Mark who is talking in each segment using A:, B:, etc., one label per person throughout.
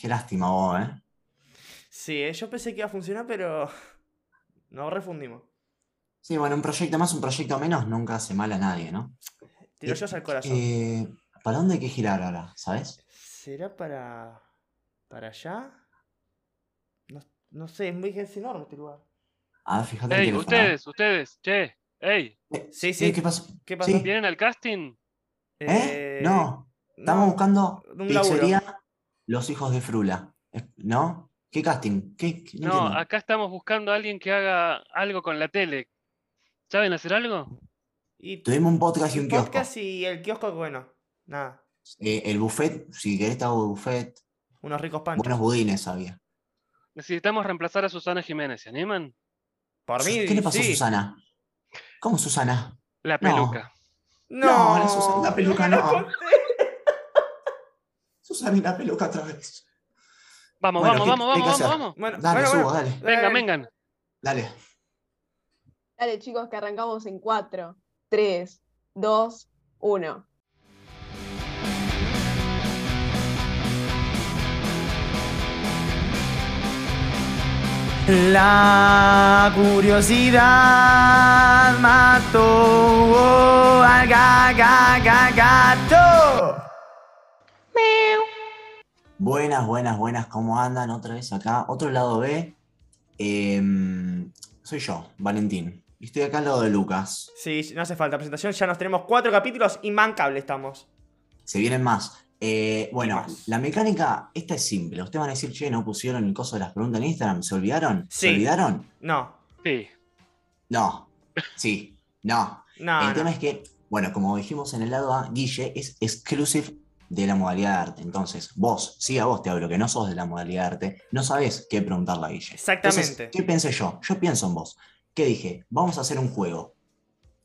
A: Qué lástima vos, ¿eh?
B: Sí, eh, yo pensé que iba a funcionar, pero nos refundimos.
A: Sí, bueno, un proyecto más, un proyecto menos, nunca hace mal a nadie, ¿no?
B: Tiro yo al corazón.
A: Eh, ¿Para dónde hay que girar ahora? ¿Sabes?
B: ¿Será para. para allá? No, no sé, es muy es enorme este lugar.
A: A ver, fíjate en
C: Ey,
A: el teléfono.
C: ustedes, ustedes, che, ey,
B: Sí,
A: Sí,
B: sí.
A: ¿qué pasó?
B: ¿Qué pasó?
A: Sí.
C: ¿vienen al casting?
A: ¿Eh? No, estamos
B: no,
A: buscando
B: un
A: pizzería Los Hijos de Frula. Eh, ¿No? ¿Qué casting? ¿Qué? qué-
C: No,
A: entiendo.
C: acá estamos buscando a alguien que haga algo con la tele. ¿Saben hacer algo?
B: Y
A: Tuvimos un podcast y
B: el
A: un kiosco.
B: podcast y el kiosco, bueno, nada.
A: Eh, el buffet, si querés, te hago buffet.
B: Unos ricos panchos.
A: Buenos budines había.
C: Necesitamos reemplazar a Susana Jiménez, ¿se animan?
B: Por mí,
A: ¿Qué le pasó a
B: sí.
A: Susana? ¿Cómo Susana?
C: La
A: No.
C: peluca.
B: No,
A: la Susana, la peluca no.
B: conté.
A: Susana y la peluca otra vez.
C: Vamos,
A: Bueno,
C: vamos,
A: ¿qué-
C: vamos,
A: qué hay que
C: vamos,
A: hacer?
C: vamos.
B: Bueno,
A: Dale,
B: bueno,
A: subo,
B: bueno.
A: dale.
C: Vengan,
B: Eh,
C: vengan.
A: Dale.
D: Dale, chicos, que arrancamos en 4, 3, 2, 1.
E: La curiosidad mató al ga- ga- ga- gato.
A: Buenas, buenas, buenas. ¿Cómo andan? Otra vez acá. Otro lado B. Em, soy yo, Valentín. Y estoy acá al lado de Lucas.
B: Sí, no hace falta presentación. Ya nos tenemos cuatro capítulos inmancables estamos.
A: Se vienen más. Eh, bueno,
B: Más.
A: la mecánica, esta es simple. Ustedes van a decir, che, no pusieron el coso de las preguntas en Instagram, ¿se olvidaron? ¿Se
B: Sí.
A: olvidaron?
B: No,
C: Sí.
A: No. Sí, no.
B: Ah, no,
A: el
B: no.
A: tema es que, bueno, como dijimos en el lado A, Guille es exclusive de la modalidad de arte. Entonces, vos, sí, a vos te hablo, que no sos de la modalidad de arte, no sabés qué preguntarle a Guille.
B: Exactamente.
A: Entonces, ¿Qué pensé yo? Yo pienso en vos. ¿Qué dije? Vamos a hacer un juego.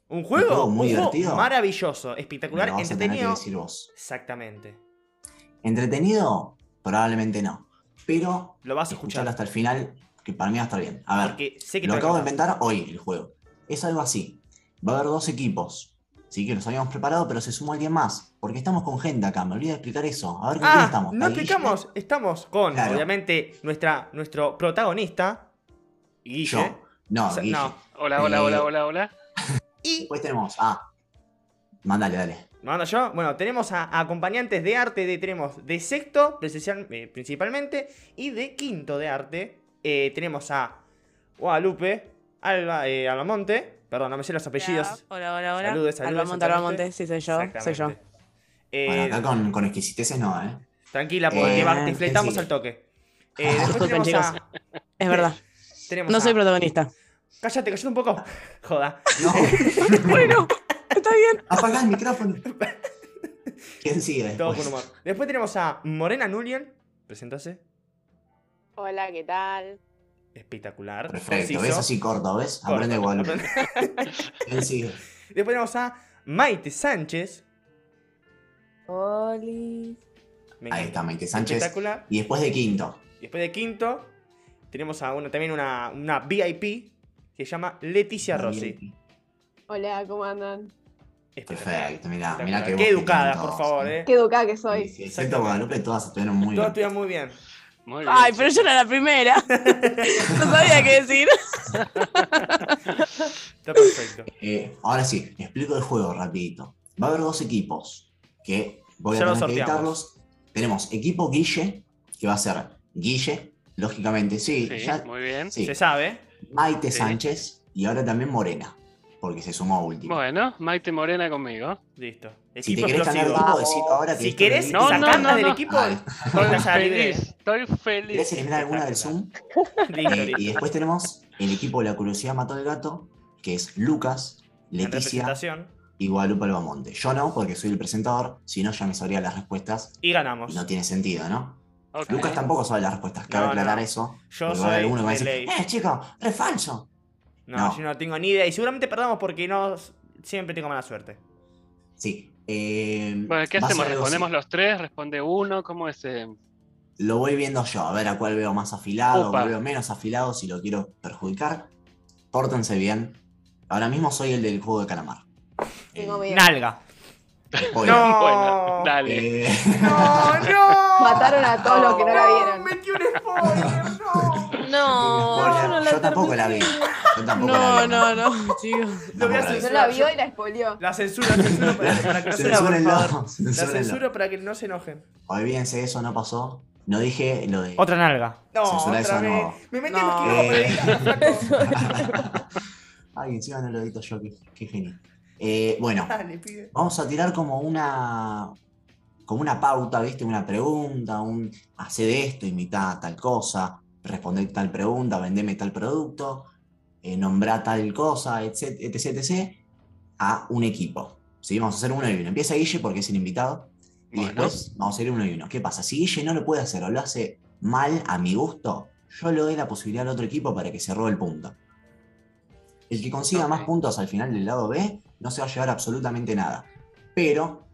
B: Un juego,
A: juego muy
B: un juego
A: divertido.
B: maravilloso, espectacular,
A: Me lo vas a tener que
B: entretenido.
A: decir vos.
B: Exactamente.
A: ¿Entretenido? Probablemente no. Pero
B: Lo vas a escuchar.
A: escucharlo hasta el final, que para mí va a estar bien. A ver,
B: Porque sé que
A: lo
B: te
A: acabo
B: va
A: de
B: a encantar.
A: inventar hoy el juego. Es algo así. Va a haber dos equipos. Sí, que nos habíamos preparado, pero se suma alguien más. Porque estamos con gente acá, me olvidé de explicar eso. A ver con quién
B: Ah,
A: estamos.
B: no
A: Ahí,
B: explicamos. Estamos con,
A: Claro.
B: obviamente, nuestra, nuestro protagonista, Guille.
A: Yo. No,
B: O sea,
A: Guille.
B: no.
C: Hola, hola,
A: Eh.
C: hola, hola, hola.
B: Y,
A: Después tenemos. Ah. Mándale, dale.
B: ¿me mando yo? Bueno, tenemos a, a acompañantes de arte, de, tenemos de sexto, presencial- eh, principalmente, y de quinto de arte. eh, tenemos a Guadalupe, Alba, eh, Albamonte, perdón, no me sé los apellidos.
F: Hola, hola, hola.
B: Saludos, saludos,
F: Alba
B: exactamente.
F: Monte, Alba Monte, sí, soy yo, soy yo.
B: Exactamente. Eh,
A: Bueno, acá con, con exquisiteces no, ¿eh?
B: Tranquila, porque
A: Eh,
B: va- te fletamos
A: sí. Ah,
B: al toque. Eh, después
F: Disculpen,
B: tenemos a,
F: Es verdad,
B: tenemos
F: no
B: a-
F: soy protagonista.
B: Cállate, cállate un poco. Joda.
A: No.
F: Bueno, está bien.
A: Apagá el micrófono. ¿Quién sigue?
B: Todo
A: Después?
B: con humor. Después tenemos a Morena Nulian. Preséntase.
D: Hola, ¿qué tal?
B: Espectacular.
A: Perfecto,
B: conciso.
A: ves así corto, ¿ves?
B: Corto.
A: Aprende Guadalupe. ¿Quién sigue?
B: Después tenemos a Maite Sánchez.
D: Oli.
B: Me
A: Ahí
B: encanta.
A: está, Maite Sánchez.
B: Espectacular.
A: Y después de quinto.
B: Después de quinto, tenemos a una, también una, una VIP que se llama Leticia Rossi.
D: Hola, ¿cómo andan?
B: Espectacular.
A: Perfecto, mirá, mirá que
B: Qué educada, por favor, eh.
D: Qué educada que
A: Soy.
D: soy.
A: Excepto Guadalupe, todas estuvieron muy
B: Todo
A: bien.
B: estudia muy bien.
C: Muy bien.
F: Ay, pero yo era la primera. No sabía qué decir.
B: Está perfecto.
A: Eh, ahora sí, explico el juego rapidito. Va a haber dos equipos que voy a
B: Ya
A: tener
B: los
A: que
B: sorteamos.
A: editarlos. Tenemos equipo Guille, que va a ser Guille, lógicamente, sí.
C: Sí,
A: ya-
C: muy bien.
A: sí.
B: Se sabe. ¿eh?
A: Maite
C: Sí.
A: Sánchez y ahora también Morena, porque se sumó último.
C: Bueno, Maite Morena conmigo.
B: Listo.
A: si te
B: Equipo
A: querés cambiar de equipo,
B: explosivo.
A: decilo ahora que
B: Si
A: esto
B: querés,
A: es-
C: No, no,
B: sacarnos
C: no,
B: del
C: no.
B: equipo.
A: Dale.
C: Estoy
B: Estás libre.
C: feliz, estoy
A: ¿Querés
C: feliz.
A: eliminar alguna del Zoom?
B: Listo,
A: Eh, y
B: listo.
A: después tenemos el equipo de la curiosidad mató al gato, que es Lucas,
B: En
A: Leticia
B: representación.
A: y Guadalupe Albamonte. Yo no, porque soy el presentador, si no ya me sabría las respuestas.
B: Y ganamos.
A: No tiene sentido, ¿no?
C: Ok.
A: Lucas tampoco sabe las respuestas, cabe
B: No, no.
A: aclarar eso.
B: Yo
A: porque va a haber
B: soy
A: alguno que va a
B: de
A: decir,
B: ley.
A: ¡eh, chico! ¡Re falso!
B: No,
A: No.
B: yo no tengo ni idea. Y seguramente perdamos porque no siempre tengo mala suerte.
A: Sí. eh,
C: Bueno, ¿qué
A: va a ser
C: hacemos?
A: algo
C: ¿Respondemos
A: así.
C: los tres? ¿Responde uno? ¿Cómo es? eh?
A: Lo voy viendo yo, a ver a cuál veo más afilado,
C: Opa.
A: cuál veo menos afilado, si lo quiero perjudicar. Pórtense bien. Ahora mismo soy el del juego de calamar.
D: Tengo
A: Eh,
D: miedo.
B: Nalga.
A: spoiler.
B: No.
C: Bueno, dale.
A: Eh,
B: No, no.
D: Mataron a todos los que no la vieron.
B: ¡Metí un spoiler! ¡No!
F: No,
A: Spoiler,
F: yo no la
A: yo tampoco la vi. Yo tampoco la
F: No,
A: vi.
F: no, no, chicos.
B: Lo voy a
A: Tampoco la vi.
D: No la vio y la spoileó.
B: La censura, censura para, para que no se enojen, por favor.
A: Censúrenlo,
B: La
A: censúrenlo.
B: censuro para que no se enojen.
A: Olvídense, eso no pasó. No dije lo de.
G: Otra nalga.
B: No,
A: Censura
B: otra
A: eso,
B: vez.
A: no. Eh.
B: Me eh, metí
F: No.
B: en los quilombos, pero ya,
A: Ay, encima no lo edito yo, qué, qué genio. Eh, bueno,
B: dale, pibe.
A: vamos a tirar como una. como una pauta, ¿viste? Una pregunta, un hacer esto, imitar tal cosa, responder tal pregunta, vendeme tal producto, eh, nombrar tal cosa, etc, etc, etc. A un equipo. Sí, vamos a hacer uno y uno. Empieza Guille porque es el invitado. Y
C: Bueno.
A: después vamos a ir uno y uno. ¿Qué pasa? Si Guille no lo puede hacer o lo hace mal a mi gusto, yo le doy la posibilidad al otro equipo para que se robe el punto. El que consiga más
C: Ok.
A: puntos al final del lado B no se va a llevar absolutamente nada. Pero,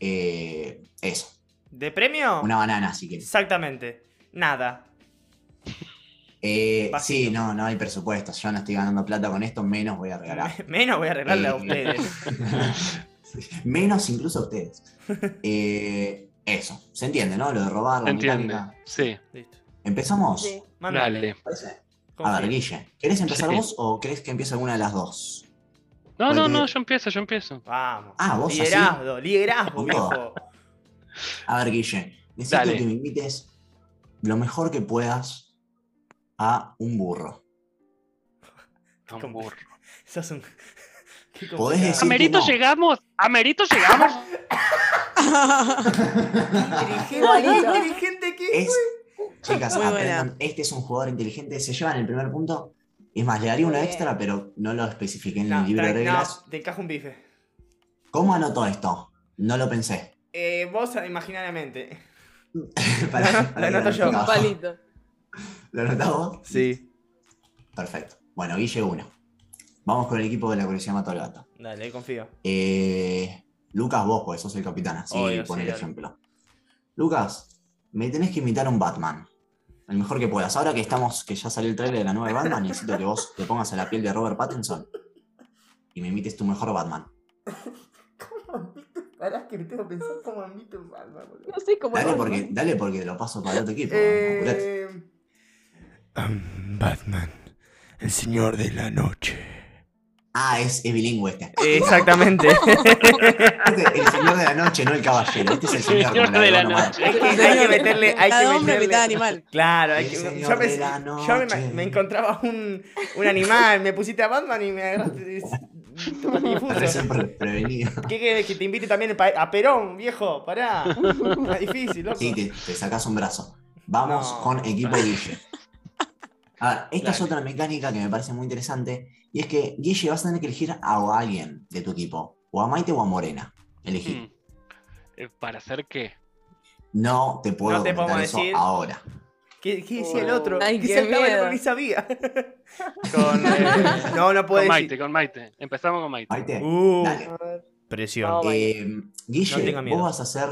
A: eh, eso.
B: ¿De premio?
A: Una banana, si quieres.
B: Exactamente. Nada.
A: Eh,
B: Básico.
A: sí, no, no hay presupuesto. Yo no estoy ganando plata con esto, menos voy a regalar.
B: Menos voy a arreglarle a
A: Eh.
B: ustedes.
A: menos incluso a ustedes. Eh, eso. ¿Se entiende, no? Lo de robar,
C: ¿Se
A: la
C: entiende?
A: mecánica.
C: Sí,
B: Listo.
A: ¿Empezamos?
D: Sí.
B: Manda.
C: dale.
A: Parece.
B: Confío.
A: A ver, Guille, ¿querés empezar
C: Sí.
A: vos o querés que empiece alguna de las dos?
C: No, no,
A: Porque-
C: no, yo empiezo, yo empiezo.
B: Vamos.
A: Ah, vos así.
B: liderazgo, liderazgo,
A: Con todo.
B: viejo.
A: A ver, Guille, necesito
C: Dale.
A: que me invites lo mejor que puedas a un burro.
C: Don
B: Como-
C: burro.
B: Sos un. Qué complicado.
A: Podés decir-
C: ¿A Merito
A: no.
C: llegamos? ¿A Merito llegamos?
B: Inteligente,
D: Igualito.
B: inteligente que.
A: Es, chicas,
F: Muy buena.
A: aprendan, este es un jugador inteligente, se llevan el primer punto. Es más, le daría
D: Muy
A: una
D: bien.
A: extra, pero no lo especifiqué en
B: No,
A: el libro de
B: tra- no,
A: reglas.
B: te encajo un bife.
A: ¿Cómo anotó esto? No lo pensé.
B: Eh, vos imaginariamente.
A: Pará,
B: Lo anoto
A: pará,
B: yo.
A: no.
F: Un palito.
A: ¿Lo anotás vos?
B: Sí.
A: Perfecto. Bueno, Guille, uno. Vamos con el equipo de la policía Mató al Gato.
B: Dale, confío.
A: Eh, Lucas, vos, pues sos el capitán, así
B: Obvio,
A: pon
B: sí,
A: el
B: dale.
A: ejemplo. Lucas, me tenés que imitar a un Batman. El mejor que puedas. Ahora que estamos, que ya salió el trailer de la nueva de Batman, necesito que vos te pongas a la piel de Robert Pattinson y me imites tu mejor Batman.
B: Pará que me tengo que pensar cómo invito un Batman, boludo.
D: No sé cómo.
A: Dale
D: no,
A: porque, dale porque lo paso para el otro equipo. apurate.
B: Eh.
E: Batman, el señor de la noche.
A: Ah, es, es bilingüe este.
G: Exactamente.
A: Este es el señor de la noche, no el caballero. Este es el señor,
C: Señor
A: como la
C: de la
A: Dona María.
C: noche.
B: Hay que, hay que meterle. Hay que
F: Cada hombre
B: meterle.
F: mitad animal.
B: Claro, hay
A: El
B: que,
A: señor
B: yo, me,
A: de la
B: yo me-
A: noche.
B: me encontraba un, un animal, me pusiste a Batman y me agarraste. total
A: Re
B: difuso.
A: siempre prevenido.
B: ¿Qué querés que te invite también pa- a Perón, viejo? Pará. Está difícil, loco.
A: Sí, te, te sacás un brazo. Vamos
B: No.
A: con equipo Guille. A ver, esta es
B: Dale.
A: otra mecánica que me parece muy interesante. Y es que, Guille, vas a tener que elegir a alguien de tu equipo. O a Maite o a Morena. Elegí.
B: Hmm.
C: Mm. Eh, ¿Para hacer qué?
A: No te puedo
B: No te
A: comentar
B: podemos
A: eso
B: decir.
A: ahora.
B: ¿Qué, qué decía el otro?
F: Ay,
B: que
F: qué
B: se acaba el
F: miedo.
B: otro ni sabía. Con, eh, no, no puedo decir.
C: Con Maite, con Maite. Empezamos con Maite.
A: Maite,
B: Uh,
A: dale.
D: A ver,
G: Presión.
D: vamos, Maite.
A: Eh, Guille,
G: tenga miedo.
A: vos vas a ser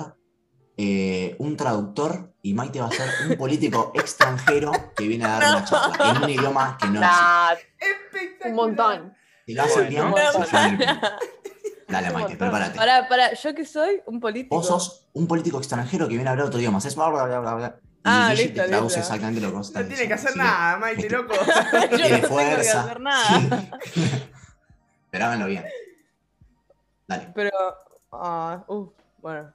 A: eh, un traductor y Maite va a ser un político extranjero que viene a dar una charla en un idioma que no es.
F: Nah,
B: espectacular.
D: Un montón.
A: Si lo haces bien,
C: Bueno.
A: se llevan el punto. Dale, Maite, prepárate.
F: Pará, pará, ¿yo qué soy? ¿Un político?
A: Vos sos un político extranjero que viene a hablar otro idioma. Es bla, bla, bla, bla, bla. Y
F: Ah,
A: Guille
F: listo,
A: te traduce
F: listo.
A: exactamente lo que vos
B: No
A: estás
B: tiene que
A: diciendo,
B: hacer
A: así
B: nada, Maite, loco.
A: Tiene
F: Yo no tengo que
A: fuerza.
F: hacer nada.
A: Pero háganlo bien. Dale.
F: Pero. ah, uh, bueno.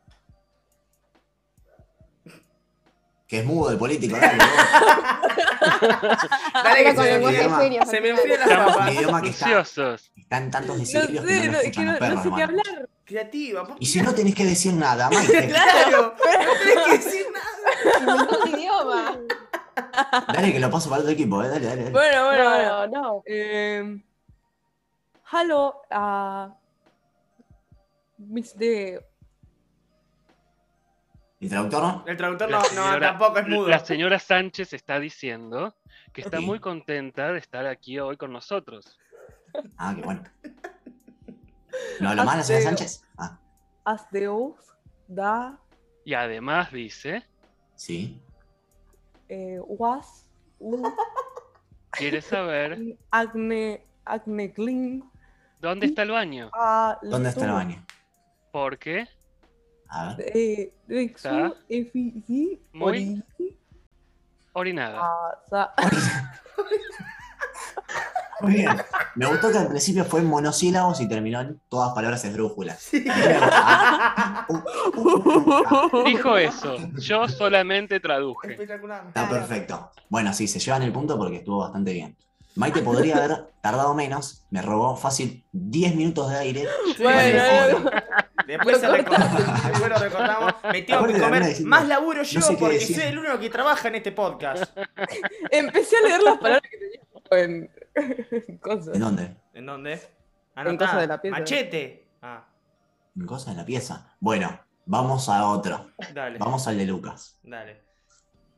A: Que es mudo de político, dale. vos.
B: Dale que
D: Habla con
B: se me
D: lenguaje
A: llama-
B: enfrían.
D: de señas.
B: Se me
D: al final.
B: enfrían las
A: Un
B: papas.
A: idioma que está,
C: Suciosos.
A: está en tantos
F: No sé,
A: deciberios
F: no,
A: que no, lo
F: es que
A: escuchan
F: no,
A: los perros,
F: no sé qué
A: hermano.
F: hablar.
B: Creativa. ¿por
A: Y
B: qué?
A: si no tenés que decir nada, Maite,
B: Claro, no tenés que decir nada.
D: Inventó un idioma.
A: dale que lo paso para otro equipo, eh, dale, dale. dale.
F: Bueno, bueno, bueno.
D: No, no.
F: Eh,
G: Em,
F: hallo,
G: uh,
F: ah, Miss de.
A: ¿Y traductor no?
B: El traductor
C: La
B: no, no,
C: señora-
B: tampoco es mudo.
C: La señora Sánchez está diciendo que está
A: Sí.
C: muy contenta de estar aquí hoy con nosotros.
A: Ah, qué bueno. No, lo malo es la señora
F: Aseo.
A: Sánchez. Ah,
F: As Deus da.
C: Y además dice,
A: sí.
F: Eh, was. u-
C: quiere saber
F: Agne. Agne Kling.
C: dónde está el baño.
F: a
A: ¿Dónde está el baño?
C: Porque
A: A ver.
G: Eh, Rexu,
C: Ya.
G: e, Efici,
C: Muy.
G: Origi,
C: Orinada.
G: ah, Sa-
A: Muy bien. Me gustó que al principio fue en monosílabos y terminó en todas palabras esdrújulas. ah,
B: Ah.
C: Dijo eso. Yo solamente traduje.
B: Espectacular.
A: Está perfecto. Bueno, sí, se llevan el punto porque estuvo bastante bien. Maite podría haber tardado menos, me robó fácil 10 minutos de aire.
F: Bueno,
A: Igual le odio.
B: Después, se
G: Lo
B: recorta- después lo recortamos. Me tengo
A: Aparte de
B: que
A: la mina
B: comer
A: diciendo,
B: más laburo yo
A: sé qué
B: porque
A: decir.
B: soy el único que trabaja en este podcast.
G: Empecé a leer las palabras que tenía en, en cosas.
A: ¿En dónde?
B: ¿En dónde?
G: Cosa de la Piedra.
B: Machete. Ah,
A: En cosa de la pieza. Bueno, vamos a otro.
B: dale.
A: Vamos al de Lucas.
B: Dale.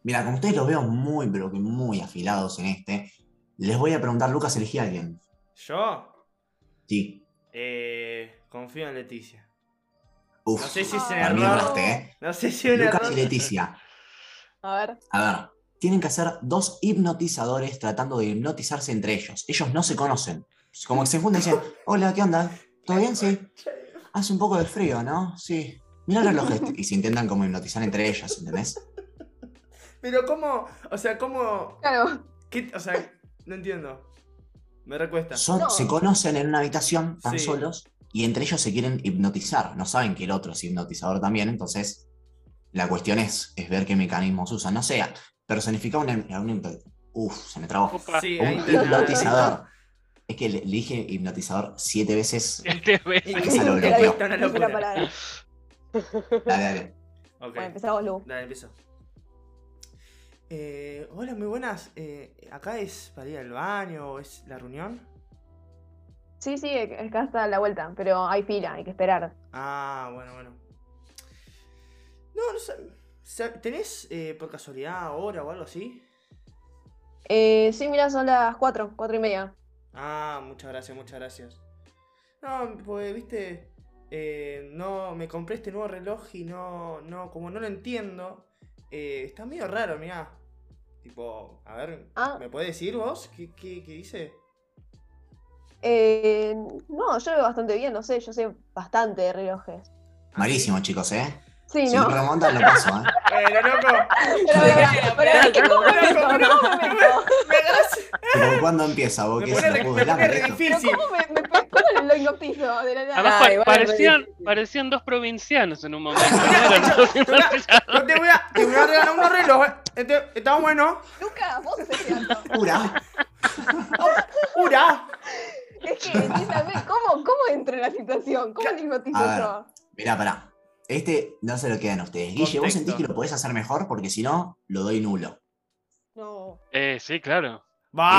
A: Mira, como ustedes los veo muy, pero que muy afilados en este, les voy a preguntar, Lucas, elegí a alguien.
B: Yo
A: Sí.
B: eh, confío en Leticia.
A: Uf,
B: No sé si es un
A: para mí
B: error.
A: erraste, ¿eh?
B: No sé si es un
A: Lucas y
B: error.
A: Leticia.
D: A ver.
A: A ver, tienen que hacer dos hipnotizadores tratando de hipnotizarse entre ellos. Ellos no se conocen. Como que se juntan y dicen, hola, ¿qué onda? ¿Todo bien? Sí. Hace un poco de frío, ¿no? Sí. Mira los relojes. Y se intentan como hipnotizar entre ellos, ¿entendés?
B: Pero cómo, o sea, cómo,
D: Claro.
B: qué- o sea, no entiendo. Me recuesta.
A: Son-
D: No.
A: Se conocen en una habitación, tan
B: Sí.
A: solos, y entre ellos se quieren hipnotizar. No saben que el otro es hipnotizador también, entonces la cuestión es, es ver qué mecanismos usan. No sea, personifica un... em- un uf, se me trabó.
C: Opa,
B: Sí, ahí
A: Un
B: está.
A: hipnotizador. Es que le, le dije hipnotizador siete veces.
C: siete veces.
A: Esa lo
D: Era
A: bloqueó.
B: Una
D: Dice
B: locura.
D: la palabra.
A: Dale, dale.
B: Ok.
D: Bueno, empezamos, Lu.
B: Dale, empiezo. Eh, hola, muy buenas. Eh, ¿Acá es para ir al baño o es la reunión?
D: Sí, sí, acá está la vuelta, pero hay fila, hay que esperar.
B: Ah, bueno, bueno. No, no sé. sa- ¿Tenés eh, por casualidad hora o algo así?
D: Eh, sí, mira, son las 4, 4 y media.
B: Ah, muchas gracias, muchas gracias. No, pues, viste, eh, no, me compré este nuevo reloj y no, no, como no lo entiendo, eh, está medio raro, mirá. Tipo, a ver,
D: Ah.
B: ¿me podés decir vos qué, qué, qué dice?
D: Eh, no, yo veo bastante bien, no sé, yo sé bastante de relojes.
A: Malísimo, chicos, ¿eh?
D: Sí,
A: Si
D: no.
A: remontan, lo paso, ¿eh?
B: Bueno, loco,
D: Pero, pero, pero, es que ¿cómo me meto? ¿Cómo me meto?
B: me agarrás-
A: Tipo, ¿Cuándo empieza? ¿Vos
B: me
A: qué es
B: pone
A: el
B: re,
A: juego
B: me
A: del
B: pone
A: hambre
B: re
A: esto?
D: ¿Pero
B: difícil.
D: cómo me, me cómo lo hipnotizo de la
C: Además,
D: nada?
G: Ay,
C: pa-
G: bueno,
C: parecían,
G: pero-
C: parecían dos provincianos en un momento.
B: Mirá,
C: Eran
B: yo-
C: dos
B: mirá,
C: hipnotizados.
B: Yo te voy a, te voy a regalar unos relojes. Este, está bueno.
D: Lucas, vos estás tirando.
A: Pura.
B: ¡Ura!
D: Es que, entiéndame, ¿cómo, ¿cómo entro en la situación? ¿Cómo lo hipnotizo
A: A ver.
D: yo?
A: Mirá, pará. Este no se lo quedan ustedes. Guille, ¿vos
B: Contexto.
A: sentís que lo podés hacer mejor? Porque si no, lo doy nulo.
D: No.
C: Eh, sí, claro.
B: Va,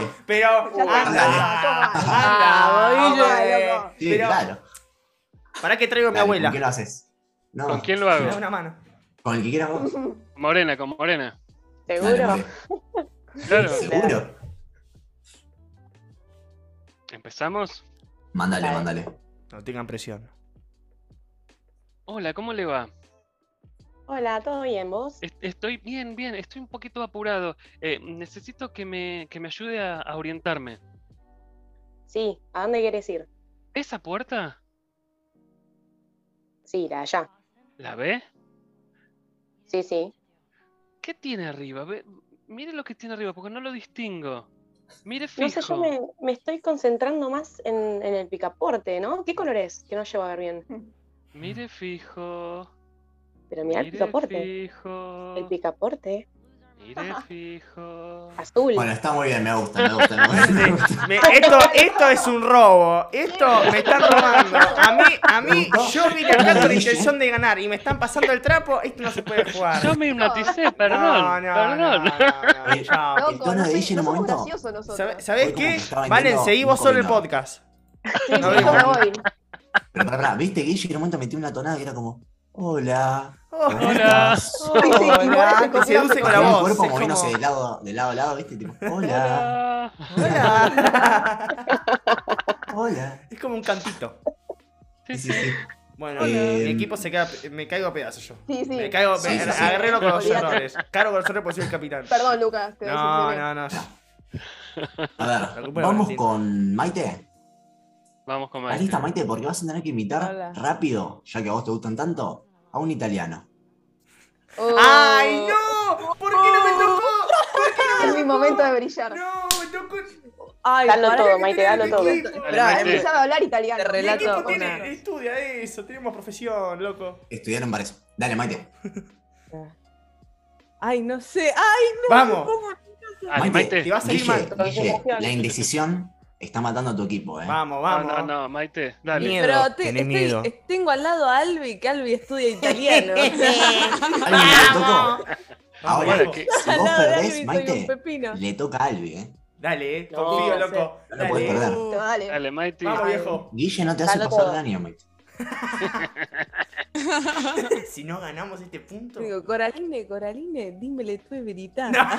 A: Dale.
B: pero
D: Ya está,
B: anda,
D: toma, toma.
B: anda,
D: Ah,
B: hombre.
D: loco.
A: Sí,
B: Pero-
A: claro.
B: ¿Para qué traigo a mi
A: Dale,
B: abuela?
A: ¿Con quién lo haces? No,
C: ¿Con quién lo
B: Me da
C: hago?
B: una mano.
A: Con el que quieras vos.
C: Morena, con Morena.
A: Dale,
F: Seguro.
A: vale.
C: Claro.
A: ¿Seguro?
C: Empezamos.
A: Mándale,
D: Dale.
A: mándale.
B: No tengan presión.
C: Hola, ¿cómo le va?
F: Hola, ¿todo bien vos?
C: Es- Estoy bien, bien. Estoy un poquito apurado. Eh, necesito que me, que me ayude a, a orientarme.
F: Sí, ¿a dónde querés ir?
C: ¿Esa puerta?
F: Sí, la de allá.
C: ¿La ve?
F: Sí, sí.
C: ¿Qué tiene arriba? Ve- mire lo que tiene arriba, porque no lo distingo. Mire fijo.
F: No sé, yo me, me estoy concentrando más en, en el picaporte, ¿no? ¿Qué color es? Que no llevo a ver bien.
C: Mire fijo.
F: Pero mirá el
C: mire
F: picaporte.
C: fijo.
F: El picaporte.
C: Mire fijo.
F: Azul.
A: Bueno, está muy bien, me gusta, me gusta. Me gusta. Me gusta.
B: Me- esto, esto es un robo. Esto me están robando. A mí, a mí, yo vine acá con la intención de ganar y me están pasando el trapo. Esto no se puede jugar.
C: Yo me hipnoticé, perdón.
B: No, no,
C: perdón.
B: no, no, no, chao.
A: El
D: Loco,
A: tono
D: no,
A: de
D: sé-
A: Guille en
D: no
A: un
D: somos
A: momento-
D: graciosos nosotros.
B: ¿Sabe-
D: Sí,
B: ¿Sabés
A: Hoy como
B: qué?
A: que estaba
B: Valen,
A: vendiendo
B: seguí
A: un
B: vos solo el
A: combinado.
B: podcast.
D: sí,
B: No,
D: yo me
B: no.
D: voy.
A: Pero pará, pará, viste, Guille en un momento metió una tonada que era como, hola. ¿cómo
C: Hola.
A: estás?".
B: Oh, Hola, te seduce con la
A: Tenía el
B: voz.
A: cuerpo
B: es
A: moviéndose
B: como-
A: de, lado, de lado a lado, viste, tipo, hola,
C: Hola.
B: Hola.
A: hola.
B: Es como un cantito.
C: Sí,
A: Sí,
C: sí.
A: sí.
B: Bueno,
A: Hola.
B: mi equipo se queda. Me caigo a pedazos yo.
D: Sí, sí.
B: Me caigo.
A: Eh, Sí,
B: me-
A: sí, sí.
B: agarré con los
D: Olvídate.
B: errores. Cargo con los errores por soy el capitán.
D: Perdón, Lucas, te
B: No,
D: decepcioné.
B: no, no.
A: A
B: La
A: ver,
B: culpa de
A: vamos
B: Valentín.
A: con Maite.
C: Vamos con Maite.
A: Arista Maite, porque vas a tener que imitar
G: Hola.
A: rápido, ya que a vos te gustan tanto, a un italiano.
D: Oh,
B: ¡Ay, no! ¿Por qué no me tocó? ¿Por qué no me
D: Es mi
B: tocó?
D: momento de brillar.
B: No, me tocó.
G: Ay,
F: Dalo
G: pará,
F: todo,
G: que
F: Maite,
G: tenía
F: dalo
G: el
F: todo.
G: equipo. Pará,
C: Maite.
G: empieza-
D: Empezaba a hablar italiano.
G: Te
B: Mi
G: relato
B: equipo tiene-
G: una.
B: estudia eso, tenemos profesión, loco.
A: Estudiaron para eso. Dale, Maite.
G: Ay, no sé. Ay, no.
B: Vamos.
G: ¿cómo?
C: Dale,
A: Maite,
B: Te va a salir
A: Dije,
B: mal.
A: dije,
F: Concentración.
A: la indecisión está matando a tu equipo, ¿eh?
B: Vamos,
C: No,
B: vamos.
C: no, no, Maite, dale.
B: Miedo,
G: Pero te-
B: tenés
G: estoy-
B: miedo.
G: eh, tengo al lado a Albi, que Albi estudia italiano. O sea,
A: Alguien le tocó.
B: Vamos,
A: Ahora,
B: vamos.
C: que-
A: Si
G: al
A: vos
G: lado de
A: perdés,
G: Albi soy un
A: Maite,
G: pepino.
A: le toca a Albi, ¿eh?
B: Dale, eh,
F: No,
B: confío,
G: no sé.
B: loco.
A: No lo podés
B: Dale.
A: perder.
D: Listo, dale.
C: Dale, Maite.
B: Vamos,
G: Ay.
B: viejo.
A: Guille no te hace
F: Dale
A: pasar
F: todo.
A: daño, Maite.
B: Si no ganamos este punto.
G: Digo, Coraline, Coraline, dímele tú es verità.
B: No. Canta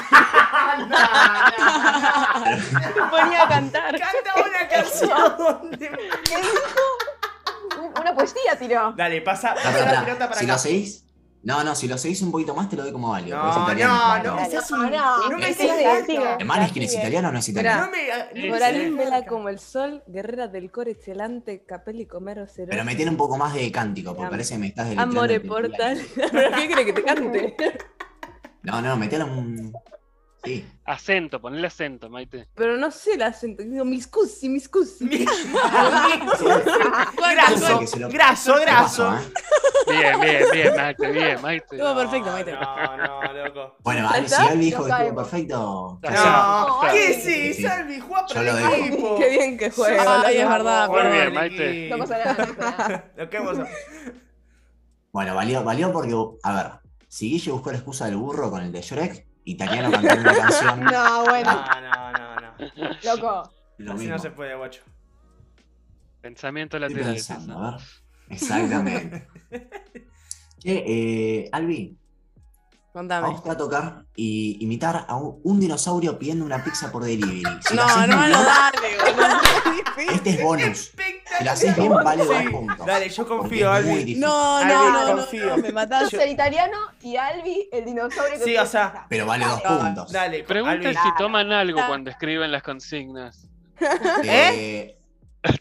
F: Te ponía a cantar.
B: una canción. de-
D: Un- Una poesía tiró.
B: Dale, pasa,
A: Pará,
B: pasa la
A: pará,
B: pelota para
A: Si
B: acá.
A: lo seguís, no, no, si lo seguís un poquito más te lo doy como válido. porque es
B: no,
A: italiano,
B: no,
A: claro.
B: no, me seas un-
D: No, no,
B: no me
A: es
B: seas
F: italiano.
B: alto.
A: Además, es quien es italiano no es italiano.
B: No me. no me
G: Coraline,
B: seas
G: vela
B: alto.
G: como el sol, guerrera del core excelente, capelli comero cero.
A: Pero me tiene un poco más de cántico, porque
G: Am-
A: parece que me estás deleteando
G: Amore
A: el titular.
G: portal. ¿Pero qué crees que te cante?
A: No, no, metele un. Sí.
C: Acento, ponle acento, Maite.
G: Pero no sé el acento. Digo, mis cusi, mis cusi.
B: Mi-
A: Parece
B: graso,
A: que se lo-
B: graso,
A: ¿Qué pasó,
B: graso.
A: eh?
C: Bien, bien, bien, Maite, bien, Maite.
H: Estuvo perfecto, Maite.
B: No, no, loco.
A: Bueno,
G: ¿Ya
A: Ale, si
G: está?
A: Albi dijo que estuvo
D: Ya sabemos.
A: perfecto, ¿qué hacemos?
B: No,
D: No,
B: ¿qué
D: ay.
B: sí? Salvi, jugá por
A: Yo lo
B: el
A: dejo.
B: equipo.
G: Qué bien que juega.
H: Ay, es
G: boludo.
H: verdad.
C: Muy bien,
B: Por
C: Maite.
B: aquí.
D: No pasa nada. no pasa nada.
B: Lo que hemos-
A: Bueno, valió, valió porque, a ver, si Guille buscó la excusa del burro con el de Shrek, italiano cantando una canción,
D: No, bueno,
B: No, no, no, no.
D: loco.
A: lo
B: Así
A: mismo.
B: no se puede, guacho.
C: Pensamiento
A: Estoy
C: lateral.
A: pensando, a ver. Exactamente. Che, eh, Albi, a
H: Contame.
A: vos te va a tocar y imitar a un, un dinosaurio pidiendo una pizza por delivery. Si lo
H: No,
A: haces
H: hermano,
A: bien,
H: dale, boludo.
A: este es bonus. Si lo haces bien,
B: Espectacular.
A: vale dos
B: Sí.
A: puntos.
B: Dale, yo
A: porque
B: confío,
A: es muy
B: Albi.
A: difícil.
H: No,
B: Albi,
H: no, no, no,
B: confío.
H: no, me
D: Yo
H: matás.
D: soy italiano y Albi, el dinosaurio que
B: Sí,
D: tiene
B: o sea,
D: esa.
A: Pero vale dos puntos.
B: Dale,
C: Pregunta
B: Albi.
C: si toman algo cuando escriben las consignas.
A: Eh,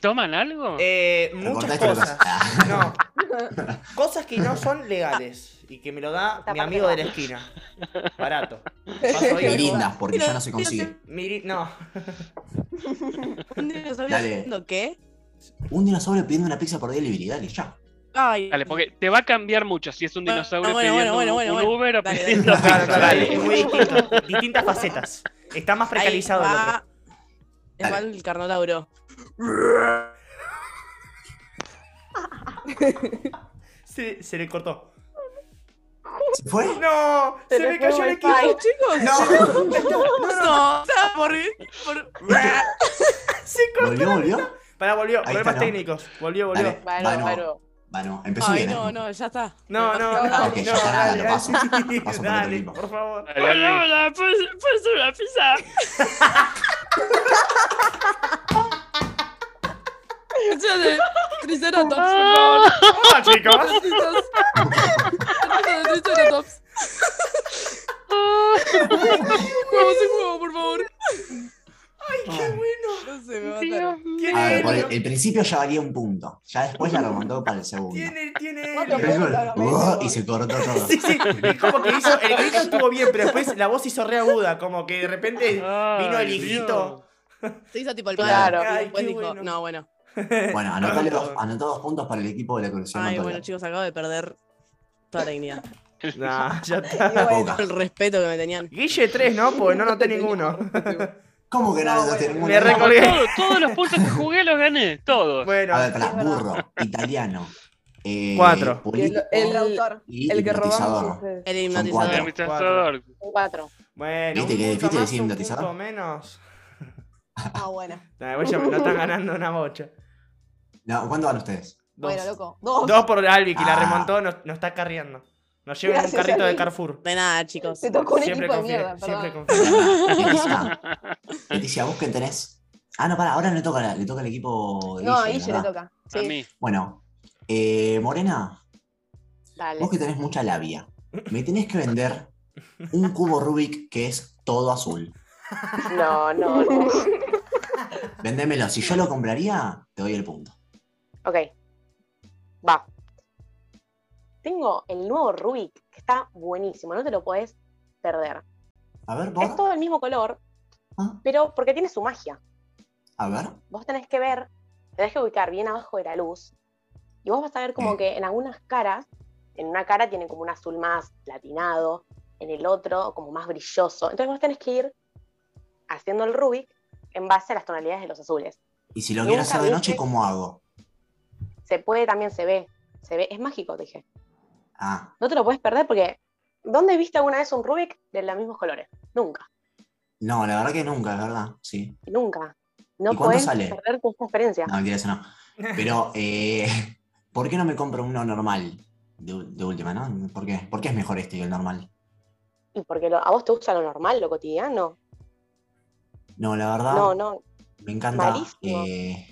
C: ¿Toman algo?
B: Eh, muchas
A: recordaste lo que
B: cosas.
A: hacía.
B: No, cosas que no son legales y que me lo da
F: Esta
B: mi
F: parte
B: amigo
F: va.
B: de la esquina. Barato. Paso ahí.
A: Mirindas, porque ya no se consigue.
B: Miri- no.
H: Un dinosaurio
A: Dale.
H: haciendo qué?
A: Un dinosaurio pidiendo una pizza por delivery, dale, ya.
H: Ay.
C: Dale, porque te va a cambiar mucho si es un
H: Bueno,
C: dinosaurio
H: bueno,
C: pidiendo
H: bueno,
C: un-
H: bueno,
C: un
H: bueno.
C: Uber o
H: Dale, dale.
C: pidiendo
B: Claro, claro,
C: pizza.
B: dale, es muy distinto. Distintas facetas. Está más precarizado el otro.
H: va. Igual el carnotauro.
B: Se, se le cortó.
A: ¿Se fue?
B: ¡No! ¡Se,
F: Se
B: me
F: le fue
B: cayó el
F: wifi.
B: equipo!
H: Ay, chicos.
B: ¡No!
H: No, o sea, por, por...
B: ¡Se cortó!
A: ¿Volvió, volvió?
B: Pará, volvió.
A: Ahí
B: Problemas
A: está, ¿no?
B: técnicos. Volvió, volvió.
A: Dale,
F: Bueno,
A: Vano,
F: bueno.
A: Vano, empezó
H: Ay,
A: bien.
H: no,
A: ¿eh?
H: no, ya está.
B: No, no,
D: No,
B: no,
D: no,
B: no,
D: ok,
A: ya está,
B: dale,
A: lo paso.
B: dale,
A: Paso por
B: dale,
A: el equipo.
B: por favor.
C: Dale, dale.
H: una pizza. Triceratops, por favor.
B: Ah, chicos!
H: Triceratops. Trata de Triceratops.
B: Ah.
H: Un huevo, sin huevo, por favor. No sé, me mataron.
B: ¿Quién
A: Ah. A ver,
B: es?
A: por el, el principio ya valía un punto. Ya después la remontó para el segundo.
B: ¿Quién
D: No,
B: tiene
D: no,
B: él?
A: Pero
D: no, no, no,
A: ¡oh!
D: no.
A: y se cortó todo.
B: Sí, sí, es como que hizo, el grito estuvo bien, pero después la voz hizo re aguda, como que de repente... Vino el
C: Ay, Dios.
B: hijito.
H: Se hizo tipo el
F: Claro.
H: padre, y
B: Ay,
H: después
B: qué
H: dijo,
B: bueno.
H: no, bueno.
A: Bueno, anotale
B: Perdón.
A: dos, anotó dos puntos para el equipo de la colección
H: Ay,
A: Montoya.
H: bueno, chicos, acabo de perder toda la dignidad.
B: Nah, ya
D: Y
B: está.
D: bueno,
A: Poca.
H: El respeto que me tenían.
B: Guille 3, ¿no? Porque no noté ninguno.
A: ¿Cómo que no anotaste ninguno?
B: me
C: Como
B: recolgué.
C: todo, todos los puntos que jugué los gané, todos.
B: Bueno,
A: A ver, pará,
D: Es verdad.
A: burro, italiano. Eh,
B: Cuatro.
A: político
D: el
G: El-
D: autor.
A: y
G: El que
A: hipnotizador.
G: robamos es
H: El
A: Son
H: hipnotizador.
A: cuatro.
C: Hipnotizador.
F: Cuatro.
B: bueno.
A: ¿Viste
B: un
A: que es difícil
B: punto más,
A: decir
B: un
A: hipnotizador?
B: punto menos.
D: Ah, bueno.
B: Nah, vos ya me- no están ganando una bocha.
A: No, ¿Cuánto van ustedes?
B: Dos.
D: Bueno, loco. Dos.
B: Dos por Albi, que la
A: Ah.
B: remontó, nos, nos está carriando. Nos lleva en un
D: Gracias,
B: carrito de
D: Albi.
B: Carrefour.
H: De nada, chicos.
D: Te tocó un
B: Siempre
D: equipo de
B: confío,
D: mierda,
B: siempre
D: perdón.
B: confío.
A: Leticia, Leticia, vos que tenés. Ah, no, pará, ahora le toca, la- le toca el equipo de
D: No, a
A: Guille,
D: Guille le
A: ¿verdad?
D: toca.
C: A
D: Sí.
C: mí.
A: Bueno, eh, Morena,
F: Dale.
A: vos que tenés mucha labia, me tenés que vender un cubo Rubik que es todo azul.
F: No, no, no.
A: Vendémelo. Si yo lo compraría, te doy el punto.
F: Ok. Va. Tengo el nuevo Rubik, que está buenísimo, no te lo podés perder.
A: A ver,
F: Es
A: ¿por?
F: todo el mismo color,
A: Ah,
F: pero porque tiene su magia.
A: A ver.
F: Vos tenés que ver, tenés que ubicar bien abajo de la luz. Y vos vas a ver como
A: Sí.
F: que en algunas caras, en una cara tiene como un azul más platinado, en el otro como más brilloso. Entonces vos tenés que ir haciendo el Rubik en base a las tonalidades de los azules.
A: Y si lo
F: Nunca
A: quiero hacer de
F: dije-
A: noche, ¿cómo hago?
F: Se puede, también se ve. Se ve, es mágico, te dije.
A: Ah,
F: No te lo puedes perder porque ¿dónde viste alguna vez un Rubik de los mismos colores? Nunca,
A: no, la verdad que nunca, es verdad. Sí.
F: nunca. No
A: ¿Y cuánto
F: puedes
A: sale? Ah.
F: perder tu experiencia.
A: No, mentira, eso no. Pero, eh, ¿por qué no me compro uno normal? De, u- de última, ¿no? ¿Por qué? ¿Por qué es mejor este que el normal?
F: Y porque lo- a vos te gusta lo normal, lo cotidiano.
A: No, la verdad,
F: No, no.
A: me encanta.
F: malísimo.
A: eh,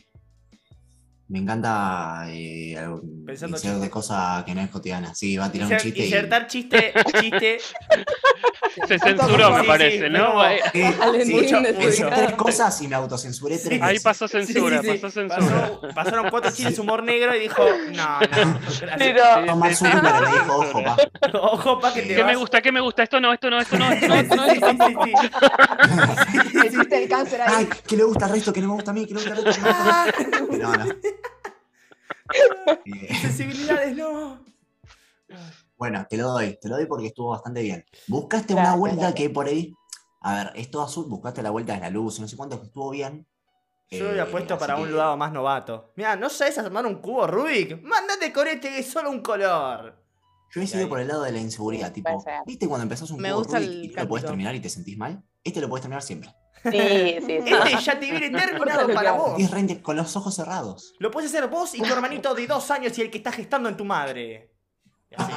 A: me encanta eh, algo-
B: Pensando
A: hacer de
B: chistes.
A: cosas que no es cotidiana. Sí, va a tirar un
B: Inser-
A: chiste. y-
B: insertar chiste, chiste.
C: Se censuró, me
B: Sí,
C: parece,
B: sí,
C: ¿no?
B: no. Eh,
C: Ahí-
A: Sí,
G: Valentín
A: sí,
B: mucho,
A: pensé
G: desubicado.
A: tres cosas y me autocensuré tres
B: Sí,
C: Ahí
A: veces.
C: pasó
B: sí,
C: censura,
B: sí.
C: pasó censura.
B: Pasó- pasaron cuatro chistes humor negro y dijo, no, no. gracias.
G: Pero,
A: Tomás Zuckerberg le dijo, ojo, pa.
B: Ojo pa' que te
C: ¿Qué me
B: vas.
C: gusta? ¿Qué me gusta? Esto no, esto no, esto no, esto no, esto no,
B: Sí,
C: esto
B: sí,
C: no.
B: sí, sí.
D: El chiste del cáncer ahí.
A: Ay, que le gusta al resto, que no me gusta a mí, que no me gusta al resto, que no me gusta a
D: Ah,
A: mí. No, no. Eh,
B: Sensibilidades, no.
A: bueno, te lo doy, te lo doy porque estuvo bastante bien. Buscaste una
F: Gracias,
A: vuelta
F: gracias.
A: que por ahí. A ver, es todo azul, buscaste la vuelta de la luz, y no sé cuánto, que estuvo bien.
B: Yo
A: Eh,
B: lo había puesto
A: así
B: para
A: que-
B: un lado más novato. Mira, ¿no sabes armar un cubo Rubik? Mándate con este que es solo un color.
A: Yo he
B: Ahí.
A: sido por el lado de la inseguridad,
F: Sí,
A: tipo,
F: puede ser.
A: ¿viste cuando empezás un
H: Me
A: cubo
H: gusta
A: Rubik
H: el
A: y no lo podés
H: cálculo.
A: terminar y te sentís mal? Este lo podés terminar siempre.
F: Sí, sí, sí.
B: Este ya te viene terminado para
A: Y es
B: vos.
A: re inte- con los ojos cerrados.
B: Lo puedes hacer vos y tu hermanito de dos años y el que está gestando en tu madre. Y así,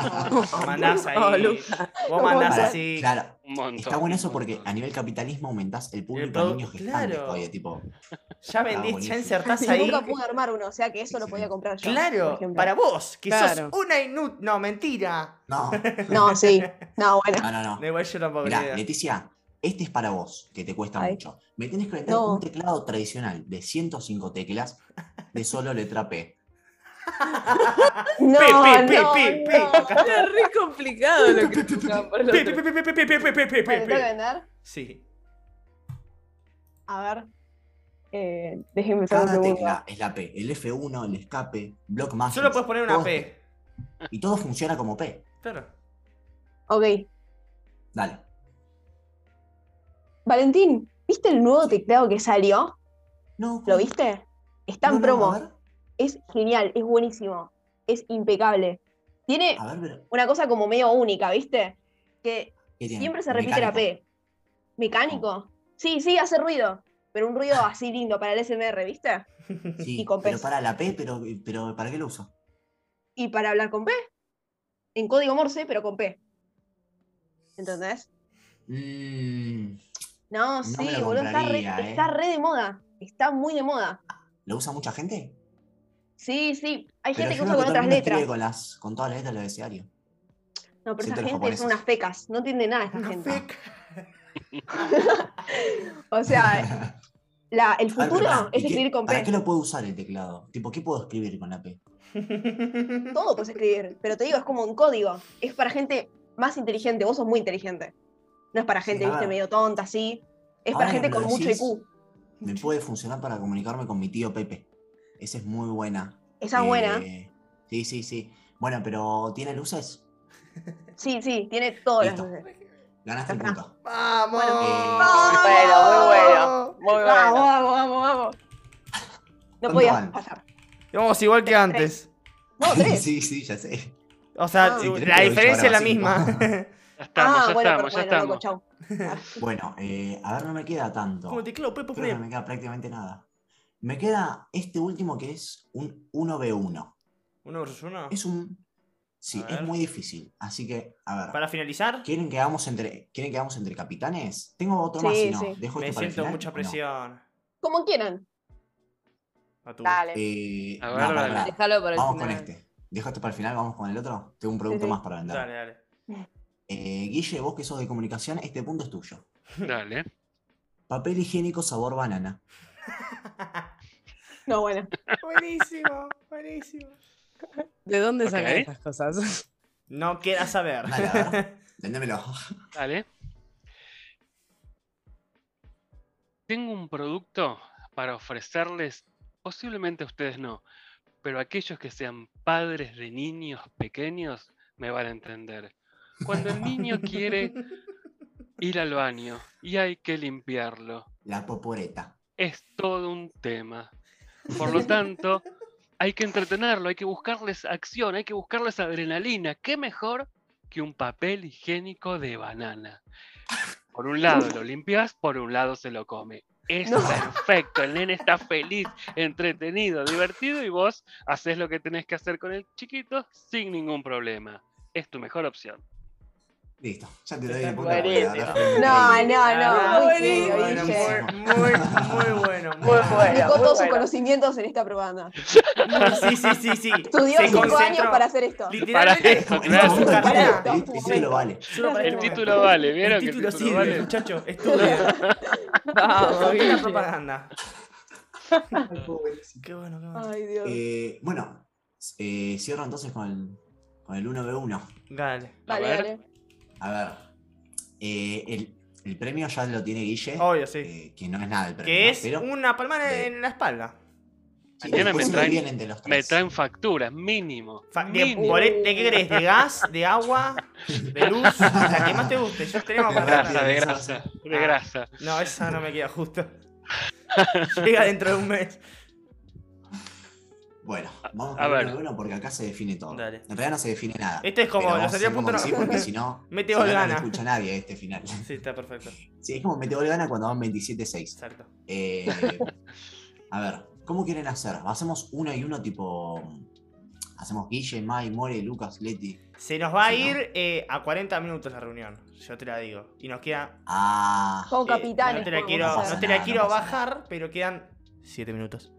B: mandás ahí.
G: Oh, Luca.
B: Vos mandás
A: Para-
B: así.
A: Claro,
C: Un montón.
A: está bueno eso
C: un
A: porque a
C: montón.
A: nivel capitalismo aumentás el público a
B: producto,
A: niños gestantes
B: claro.
A: todavía, tipo,
B: Ya vendés, ya
A: Ah, buenísimo.
B: insertás
D: y
B: ahí.
D: nunca pude armar uno, o sea que eso lo podía comprar yo. por
B: Claro,
D: ejemplo.
B: para vos, que
H: Claro.
B: sos una inútil. No, mentira.
A: no, no,
D: No, sí. No, bueno.
A: no, no.
B: No, igual yo tampoco
A: Mirá,
B: quería.
A: Leticia, este es para vos, que te cuesta
D: Ay.
A: mucho. Me tienes que meter
D: No.
A: un teclado tradicional de 105 teclas de solo letra P.
D: No,
B: Pe, pe, pe,
D: no,
B: pe,
D: no.
B: pe. Acá
G: Era re complicado lo que buscaba por el
B: Pe,
G: otro.
B: pe, pe, pe, pe, pe, pe, pe, pe,
D: Bueno, tengo que
B: pe.
D: vender.
B: Sí.
D: A ver. Eh, déjenme pensar
A: Cada
D: un segundo.
A: tecla es la P. El F1, el escape, block más.
B: Solo puedes poner una P.
A: Y todo funciona como P.
B: Claro.
D: Ok.
A: Dale.
D: Valentín, ¿viste el nuevo teclado que salió?
A: No,
D: ¿Lo viste? Está en
A: no, no,
D: promo.
A: a ver,
D: es genial, es buenísimo. Es impecable. Tiene
A: a ver, pero,
D: una cosa como medio única, ¿viste? Que
A: ¿qué tiene?
D: Siempre se repite la
A: Mecánico. Oh.
D: P. ¿Mecánico? Sí, sí, hace ruido. Pero un ruido así lindo para el SMR, ¿viste?
A: Sí,
D: y con
A: pero
D: peso.
A: para la P, pero, pero ¿para qué lo uso?
D: Y para hablar con P. En código Morse, pero con P. ¿Entendés?
A: Mm,
D: No,
A: No
D: sí,
A: me lo
D: boludo. Está re,
A: compraría, ¿eh?
D: está re de moda. Está muy de moda.
A: ¿Lo usa mucha gente?
D: Sí, sí. Hay
A: Pero
D: gente que
A: yo
D: usa
A: creo
D: con
A: todo el
D: otras
A: mundo escribe
D: letras.
A: Con, las, con todas las letras del abecedario.
D: No, pero
A: siento
D: esa
A: los
D: gente son
A: japoneses.
D: unas fecas. No entiende nada esta
B: Una
D: gente.
B: feca.
D: O sea, la- el
A: A ver,
D: futuro
A: pará, ¿y
D: es
A: qué-
D: escribir con
A: ¿Para qué
D: P.
A: lo puedo usar el teclado? Tipo, ¿qué puedo escribir con la P?
D: Todo puedes escribir. Pero te digo, es como un código. Es para gente más inteligente. Vos sos muy inteligente. No es para gente,
A: a
D: viste,
A: ver.
D: medio tonta, así. Es
A: Ahora
D: para
A: que
D: gente
A: me lo
D: con mucho
A: Ah, decís,
D: IQ.
A: Me puede funcionar para comunicarme con mi tío Pepe. Esa es muy buena.
D: Esa es buena.
A: Eh, Sí, sí, sí. Bueno, pero ¿tiene luces?
D: Sí, sí, tiene todas las
A: listo.
D: luces.
A: Ganaste el
D: Acá.
A: punto.
B: Vamos.
A: Eh, Bueno,
F: Bueno, muy bueno. Muy
D: Vamos,
F: Ah, bueno.
D: vamos, vamos, vamos. No
A: ¿Cuánto
D: podías
A: van?
D: pasar.
B: Vamos igual que antes.
D: No, tres.
A: sí, sí, ya sé.
B: O sea,
D: Ah.
A: Sí, tenés
B: la
A: que
B: diferencia es la
A: luchar
B: misma.
A: ahora,
C: Ya estamos,
D: ah,
C: ya
D: bueno,
C: estamos, ya
D: pero bueno, loco,
C: estamos.
D: chau.
A: Bueno, eh, a ver, no me queda tanto.
B: Como teclado, Pepo
A: Creo que no
B: Fred.
A: me queda prácticamente nada. Me queda este último que es un 1v1.
B: Uno versus uno.
A: Es un. Sí,
B: A
A: es
B: ver.
A: muy difícil. Así que, a ver.
B: Para finalizar,
A: ¿Quieren que hagamos entre, ¿quieren que hagamos entre capitanes? Tengo otro
D: Sí,
A: más, si no.
D: sí.
A: Dejo
B: me
A: esto para el
B: siento
A: final,
B: mucha
A: ¿o no?
B: presión.
D: Como quieran.
B: A tu.
F: Dale.
A: Eh,
C: A
A: no,
C: ver,
A: pará,
C: dale.
A: pará.
G: Déjalo para el
A: Vamos
G: final.
A: con este. Dejo este para el final, vamos con el otro. Tengo un producto
D: sí.
A: más para vender.
B: Dale, dale.
A: Eh, Guille, vos que sos de comunicación, este punto es tuyo.
C: Dale.
A: Papel higiénico sabor banana.
D: No, bueno.
B: buenísimo, buenísimo.
H: ¿De dónde sacan
C: Ok.
H: estas cosas?
B: No quiera saber.
A: Dale, a ver. Vendémelo.
C: Dale. Tengo un producto para ofrecerles, posiblemente a ustedes no, pero aquellos que sean padres de niños pequeños me van a entender. Cuando el niño quiere ir al baño y hay que limpiarlo,
A: La poporeta.
C: es todo un tema. Por lo tanto, hay que entretenerlo, hay que buscarles acción, hay que buscarles adrenalina. ¿Qué mejor que un papel higiénico de banana? Por un lado lo limpias, por un lado se lo come. Es perfecto, el nene está feliz, entretenido, divertido y vos haces lo que tenés que hacer con el chiquito sin ningún problema. Es tu mejor opción.
A: Listo. Ya te doy
B: Está
A: el punto. porque la verdad fue
D: No,
A: increíble.
D: no,
B: Ah,
D: no. Muy serio,
G: buenísimo.
A: Bueno,
D: dije.
A: buenísimo.
B: Muy, muy, muy bueno. Muy
G: Muy bueno.
D: Aplicó
G: muy
D: todos sus
G: bueno.
D: conocimientos en esta propaganda.
B: Sí, sí, sí, sí.
D: Estudió
B: Se
D: cinco años
B: concentró.
D: para hacer esto.
B: Literalmente.
C: Para
A: En
C: eso,
A: este
B: estudió
A: momento
B: su carrera.
A: vale, ¿viste? Ese lo vale.
B: Solo para
C: El
B: este
C: título
B: momento.
C: vale,
B: El
C: ¿vieron? que
B: título
C: el título
B: sirve,
C: vale?
B: muchacho. Estudia.
D: Ah,
G: Vamos,
B: Con la
G: Guille.
B: propaganda. Qué bueno, qué bueno.
D: Ay, Dios.
A: Eh, bueno, eh, cierro entonces con el, con el 1v1.
B: Dale.
C: A
D: Dale,
C: ver.
D: dale.
A: A ver. eh, el, el premio ya lo tiene Guille.
B: Obvio, Oh, sí.
A: eh, que no es nada el premio.
B: Que es
A: pero
B: una palmada
A: de-
B: en la espalda.
A: Sí,
C: Mañana
A: después
C: me
A: se
C: traen-
A: vienen de los
C: Me
A: tres.
C: traen facturas, mínimo.
B: Fa- De,
C: mínimo.
B: bolet- ¿De qué querés? ¿De gas? ¿De agua? ¿De luz? La que más te guste. Ya tenemos
A: Qué
B: para
A: rápido.
B: ganar.
C: grasa, de grasa, de
B: Ah.
C: grasa.
B: No, esa no me queda justo. Llega dentro de un mes.
A: Bueno, vamos
C: a
A: con
C: ver.
A: el 1v1 porque acá se define todo.
B: Dale.
A: En realidad no se define nada.
B: Este es como
A: pero
B: los
A: vamos a hacer como
B: 70.9.
A: sí, porque si no, si
B: Mete
A: no,
B: gol
A: no lo
B: gana.
A: escucha nadie este final.
B: Sí, está perfecto.
A: Sí, es como Meteor gana cuando van 27-6.
B: Exacto.
A: Eh, a ver, ¿cómo quieren hacer? ¿Hacemos uno y uno tipo... mm, Hacemos Guille, Mai, More, Lucas, Leti?
B: Se nos va a
A: Sí, ¿no?
B: ir eh, a 40 minutos la reunión, yo te la digo. Y nos queda.
A: Ah,
D: Con
B: eh,
D: capitales.
B: no te la
D: vamos
B: quiero,
D: a
A: no
B: no
D: hacer.
B: te la
A: nada,
B: quiero
A: no pasa
B: bajar, pero quedan 7 minutos.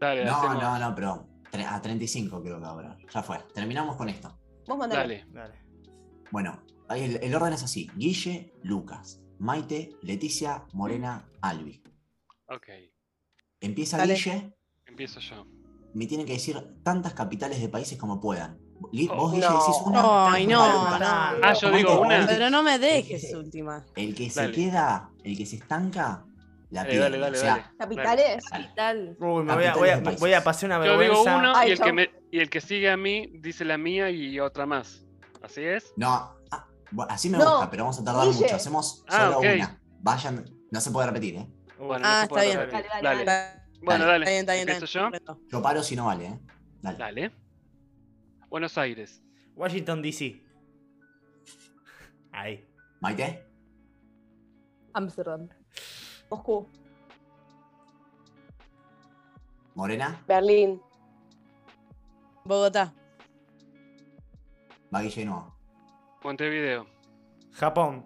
C: Dale,
A: no,
C: Eh, hacemos-
A: no, no, pero tre- a 35 creo que ahora. Ya fue, terminamos con esto.
D: Vos mandale.
C: Dale.
B: Dale.
A: Bueno, ahí el, el orden es así. Guille, Lucas, Maite, Leticia, Morena, Albi.
C: Ok,
A: Empieza
H: Dale.
A: Guille,
C: empiezo yo.
A: me tienen que decir tantas capitales de países como puedan. Li-
C: Oh,
A: Vos, Guille,
G: no.
A: decís una.
H: Ay, no,
A: Lucas.
B: Ah,
C: Ah, yo digo
A: Maite,
C: una.
A: Maite,
H: Pero no me dejes
A: sí.
H: última.
A: El que se
C: Dale.
A: queda, el que se estanca, la
C: Dale,
A: pierde.
C: Eh, dale, dale,
A: o sea,
C: dale.
D: Capitales.
A: dale.
G: Tal.
B: Uy, me voy a, voy a-
A: Capitales de
B: voy a
A: países.
B: pasar una
C: Yo
B: vergüenza.
C: digo uno
D: Ay,
C: y el, que
D: chao.
C: me- y el que sigue a mí dice la mía y otra más. ¿Así es?
A: No, ah, bueno, así me
D: No,
A: gusta, pero vamos a tardar
D: Guille.
A: mucho. Hacemos
C: Ah,
A: solo
C: ok.
A: una. Vayan, no se puede repetir, ¿eh?
B: Uy,
C: Bueno,
H: Ah,
C: no se puede
H: está bien.
C: repetir.
D: Dale,
C: Dale.
D: dale,
C: Bueno, dale.
H: Está bien, está bien, está
C: Empiezo yo.
H: bien. Perfecto.
A: Yo paro si no vale, ¿eh? Dale.
C: Dale. Buenos Aires.
B: Washington DC. Ahí.
A: Maite,
G: Amsterdam.
D: Moscú.
A: Morena,
F: Berlín.
H: Bogotá.
A: va Guille de nuevo.
C: Montevideo.
B: Japón.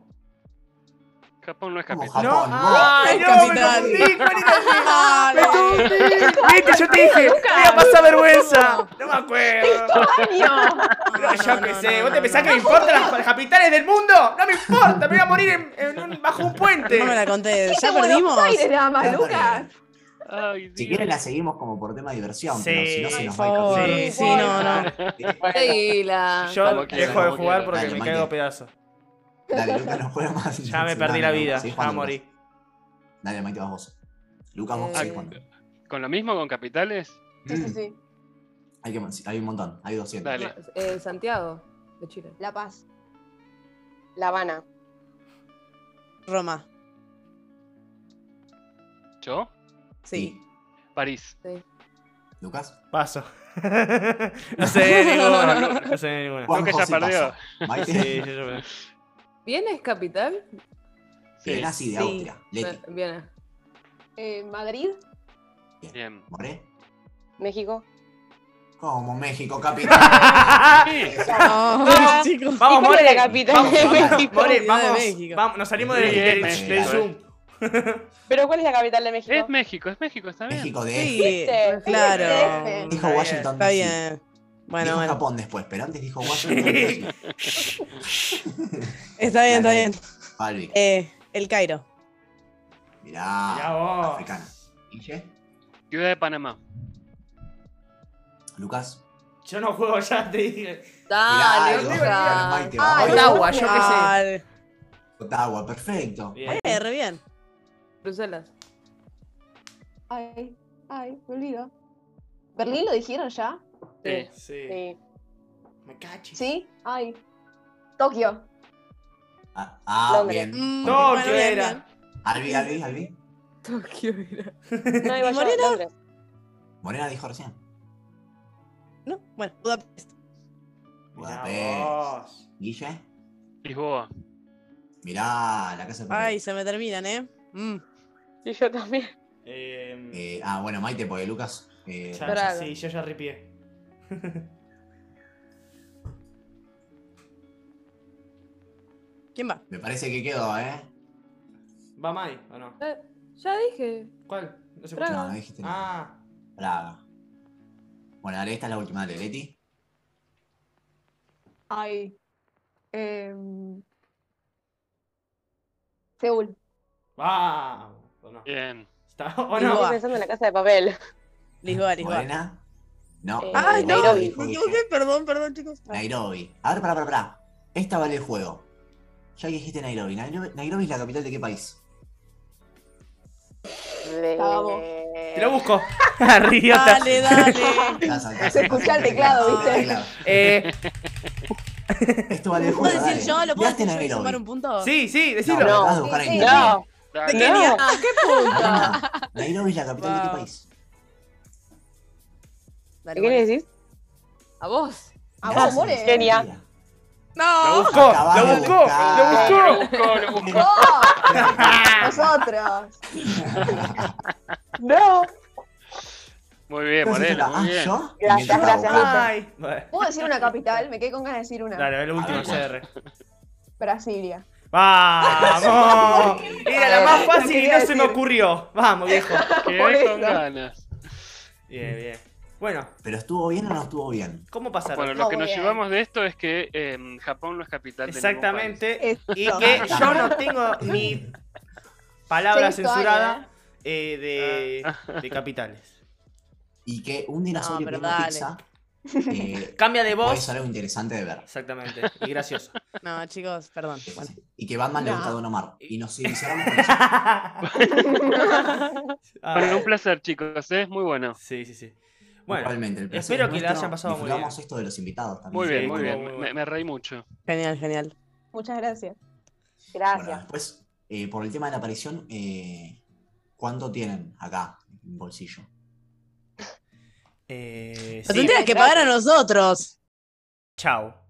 C: Japón no es
A: Como
C: capital.
A: Japón.
B: no,
A: no.
B: ay,
H: Es
B: no,
H: capital.
B: me confundí, ¿cuál era el-
H: Dale.
G: Ah,
B: Me confundí. Viste, yo te dije, voy a pasar vergüenza. No me acuerdo.
D: ¡Año!
B: No, yo qué sé, ¿vos te pensás
H: no,
B: que me importan las capitales del mundo? ¡No me importa! ¡Me voy a morir en- en un- bajo un puente!
H: No me la conté. ¿Ya
D: Como
H: perdimos?
D: Buenos Aires nada más,
A: Está
D: Ah, Lucas.
C: Ay,
A: Si
C: Dios.
A: quieren la seguimos como por tema de diversión,
B: Sí,
A: pero si no se
B: por
A: nos va a ir
B: Sí,
H: Sí, sí, no, no.
A: Dale,
G: Seguila.
B: Yo
C: Como quieras,
B: dejo de
C: como
B: jugar
C: quieras.
B: porque
A: Dale,
B: me
A: Maite.
B: caigo a pedazos.
A: Lucas no juega más.
B: Ya me
A: Sí, dale,
B: perdí la
A: Lucas,
B: vida,
A: seguí
B: ya
A: jugando,
B: morí.
A: Lucas. Dale, Maite, vas vos. Lucas, vos
G: Eh,
A: seguís jugando.
C: Ah, ¿Con lo mismo con capitales?
D: Sí, sí,
A: Mm,
D: sí.
A: Hay, que, hay un montón, hay 200.
C: Dale.
G: Eh, Santiago, de Chile.
D: La Paz.
F: La Habana.
H: Roma.
C: ¿Yo?
H: Sí.
C: París.
A: Lucas.
B: Paso. no sé ninguna. No sé ninguna.
A: Juanjo
C: que ya
A: sí
C: perdió.
A: pasó.
B: Sí,
A: Maite,
B: yo- yo-
G: ¿Viena es capital?
C: Sí.
A: bien así de
G: Sí.
A: Austria. Leti,
G: Eh, Viena.
D: Eh, Madrid.
C: Bien.
A: More.
F: México.
A: Como México, capital.
C: Sí.
H: No, chicos.
B: Vamos,
F: ¿Cuál es la
B: More.
F: capital
B: Vamos,
F: de
B: vamos,
F: México?
B: More,
H: Ciudad de
B: vamos,
H: México.
B: vamos, nos salimos del,
C: Sí,
B: del-
C: México.
B: del Zoom.
F: ¿Pero cuál es la capital de México?
C: Es México, es México, está bien.
A: México de.
H: Sí,
F: Este.
H: claro.
A: Dijo
B: bien,
A: Washington.
H: Está
A: DC.
H: bien. Bueno,
A: dijo
H: bueno.
A: Japón después, pero antes dijo Washington. DC.
H: Está bien, está
A: Dale.
H: bien.
A: Albi,
H: Eh, el Cairo.
B: Mirá
A: mirá,
B: vos.
A: africano. Guille,
C: Ciudad de Panamá.
A: Lucas.
B: Yo no juego ya, te dije.
G: Ah,
H: Dale,
A: Mirá,
H: Lucas.
A: Mike te va.
D: Ay,
A: Ottawa.
B: Ottawa, yo qué sé.
H: Dale.
A: Ottawa, perfecto.
B: Bien.
H: Eh, re bien.
G: Bruselas.
D: Ay, ay, me olvido. ¿Berlín lo dijeron ya?
C: Eh,
B: Sí.
F: Sí.
B: Me cacho.
D: ¿Sí? Ay. Tokio.
A: Ah, ah, bien.
F: Londres.
H: Mm,
B: No,
H: bueno,
B: que
H: bien,
B: era.
A: Albi, Albi, Albi.
G: Tokio era.
F: No, iba
H: ¿Y
F: yo,
H: Morena?
F: Londres.
A: Morena dijo recién.
H: bien. No, bueno, Budapest.
B: Mirá
A: Budapest.
B: vos.
A: Guille.
C: Lisboa.
A: Mirá, la casa de papel.
H: Ay, se me terminan, ¿eh? Mm.
F: Y yo también.
B: Em,
A: Eh, ah, bueno, Maite, porque Lucas. eh,
B: ya, ya,
G: Braga.
B: sí, yo ya ripié.
H: ¿Quién va?
A: me parece que quedó, ¿eh?
B: ¿Va Mai o no?
G: Ya dije.
B: ¿Cuál? No sé
G: Braga.
A: No, dijiste nada.
B: Ah,
A: Braga. Bueno, dale, esta es la última, dale, Leti.
D: Ay. em, Seúl.
B: vamos. ¿O no?
C: Bien.
B: ¿Está? ¿O
H: Lisboa.
B: no?
F: Estoy pensando en la casa de papel.
H: Lisboa, Lisboa.
A: Morena. No.
F: Eh,
H: Ay, no,
A: Nairobi,
H: me
A: dijo Guille.
H: equivoqué, perdón, perdón, chicos.
A: Nairobi. A ver, pará, pará, pará. Esta vale el juego. Ya que dijiste Nairobi. Nairobi. Nairobi es la capital de qué país?
F: Le-
D: Vamos.
F: Eh,
B: Te lo busco. Ah, Arriota.
H: Dale, dale.
A: Ya saltás.
D: Se escucha el teclado,
H: ¿viste?
A: Teclado.
B: Eh,
A: Esto vale el
H: ¿Puedo
A: juego. dale.
H: decir yo? ¿Lo puedo
A: Tiraste
H: decir yo y
A: Nairobi.
H: sumar un punto?
B: sí, sí,
A: No,
B: decilo.
A: lo acabas de
F: No.
A: buscar en
D: Sí, sí.
A: internet.
F: No.
H: ¿De
C: Dale.
H: qué
F: No.
H: nivel? ¿Qué punto?
A: Morena, Nairobi es la capital de qué
H: Wow.
A: país?
H: Dale,
F: ¿Qué le
H: vale.
F: decís?
G: A vos.
D: A
A: Gracias,
D: vos, more.
F: Genia.
B: Lo
H: No.
B: buscó,
A: Acabás
B: lo
A: de
B: buscó,
A: buscar.
B: lo
C: Lo
B: buscó. Ah.
C: buscó, lo buscó.
D: ¡Vos! ¡Nosotros!
F: No.
C: Muy bien,
A: Entonces,
C: Morena,
A: ah,
C: muy bien.
A: ¿yo? Y
F: Gracias,
A: mientras la
F: gracias,
A: buscaba,
F: Lucas.
B: Ay. Bueno,
D: ¿Puedo decir una capital? Me quedé con ganas de decir una.
B: Dale, la última CR.
D: Brasilia.
B: ¡Vamos! Era la más
D: Lo
B: fácil y
D: quería
B: no se me
D: decir.
B: ocurrió. Vamos, viejo.
D: Por
C: Quedé
D: eso.
C: con ganas.
B: Bien, bien. Bueno,
A: Pero estuvo bien o no estuvo bien.
B: ¿cómo pasaron?
C: Bueno,
D: No,
C: lo que
D: muy
C: nos
D: bien.
C: llevamos de esto es que em, Japón no es capital de ningún
B: Exactamente.
D: Eso.
B: Y que yo no tengo mi palabra
D: Sexto año,
B: censurada eh, de, de capitales.
A: Y que un dinosaurio
H: pero
A: no,
H: dale.
A: pizza eh,
B: Cambia de
A: puede ser
B: voz.
A: algo interesante de ver.
B: Exactamente. Y gracioso.
H: No, chicos, perdón. Bueno.
A: Y que Batman le
D: No.
A: gusta a Don Omar. Y nos iniciamos con eso.
C: país.
B: Ah,
C: Bueno, un placer, chicos, ¿eh? es muy bueno.
B: sí, sí, sí. Bueno,
A: Igualmente, el placer
B: espero
A: es
B: que la
A: nuestro.
B: hayan pasado muy bien.
A: Disfrutamos esto de los invitados también.
C: Muy bien,
B: Sí,
C: muy
B: estuvo
C: bien.
B: muy
C: Me-
B: bueno.
C: me reí mucho.
H: Genial, genial.
D: Muchas gracias.
A: Bueno,
F: Gracias.
A: después, eh, por el tema de la aparición, eh, ¿cuánto tienen acá en bolsillo?
B: eh,
H: Lo
B: sí.
H: tendrías que pagar a nosotros.
B: eh, Chao.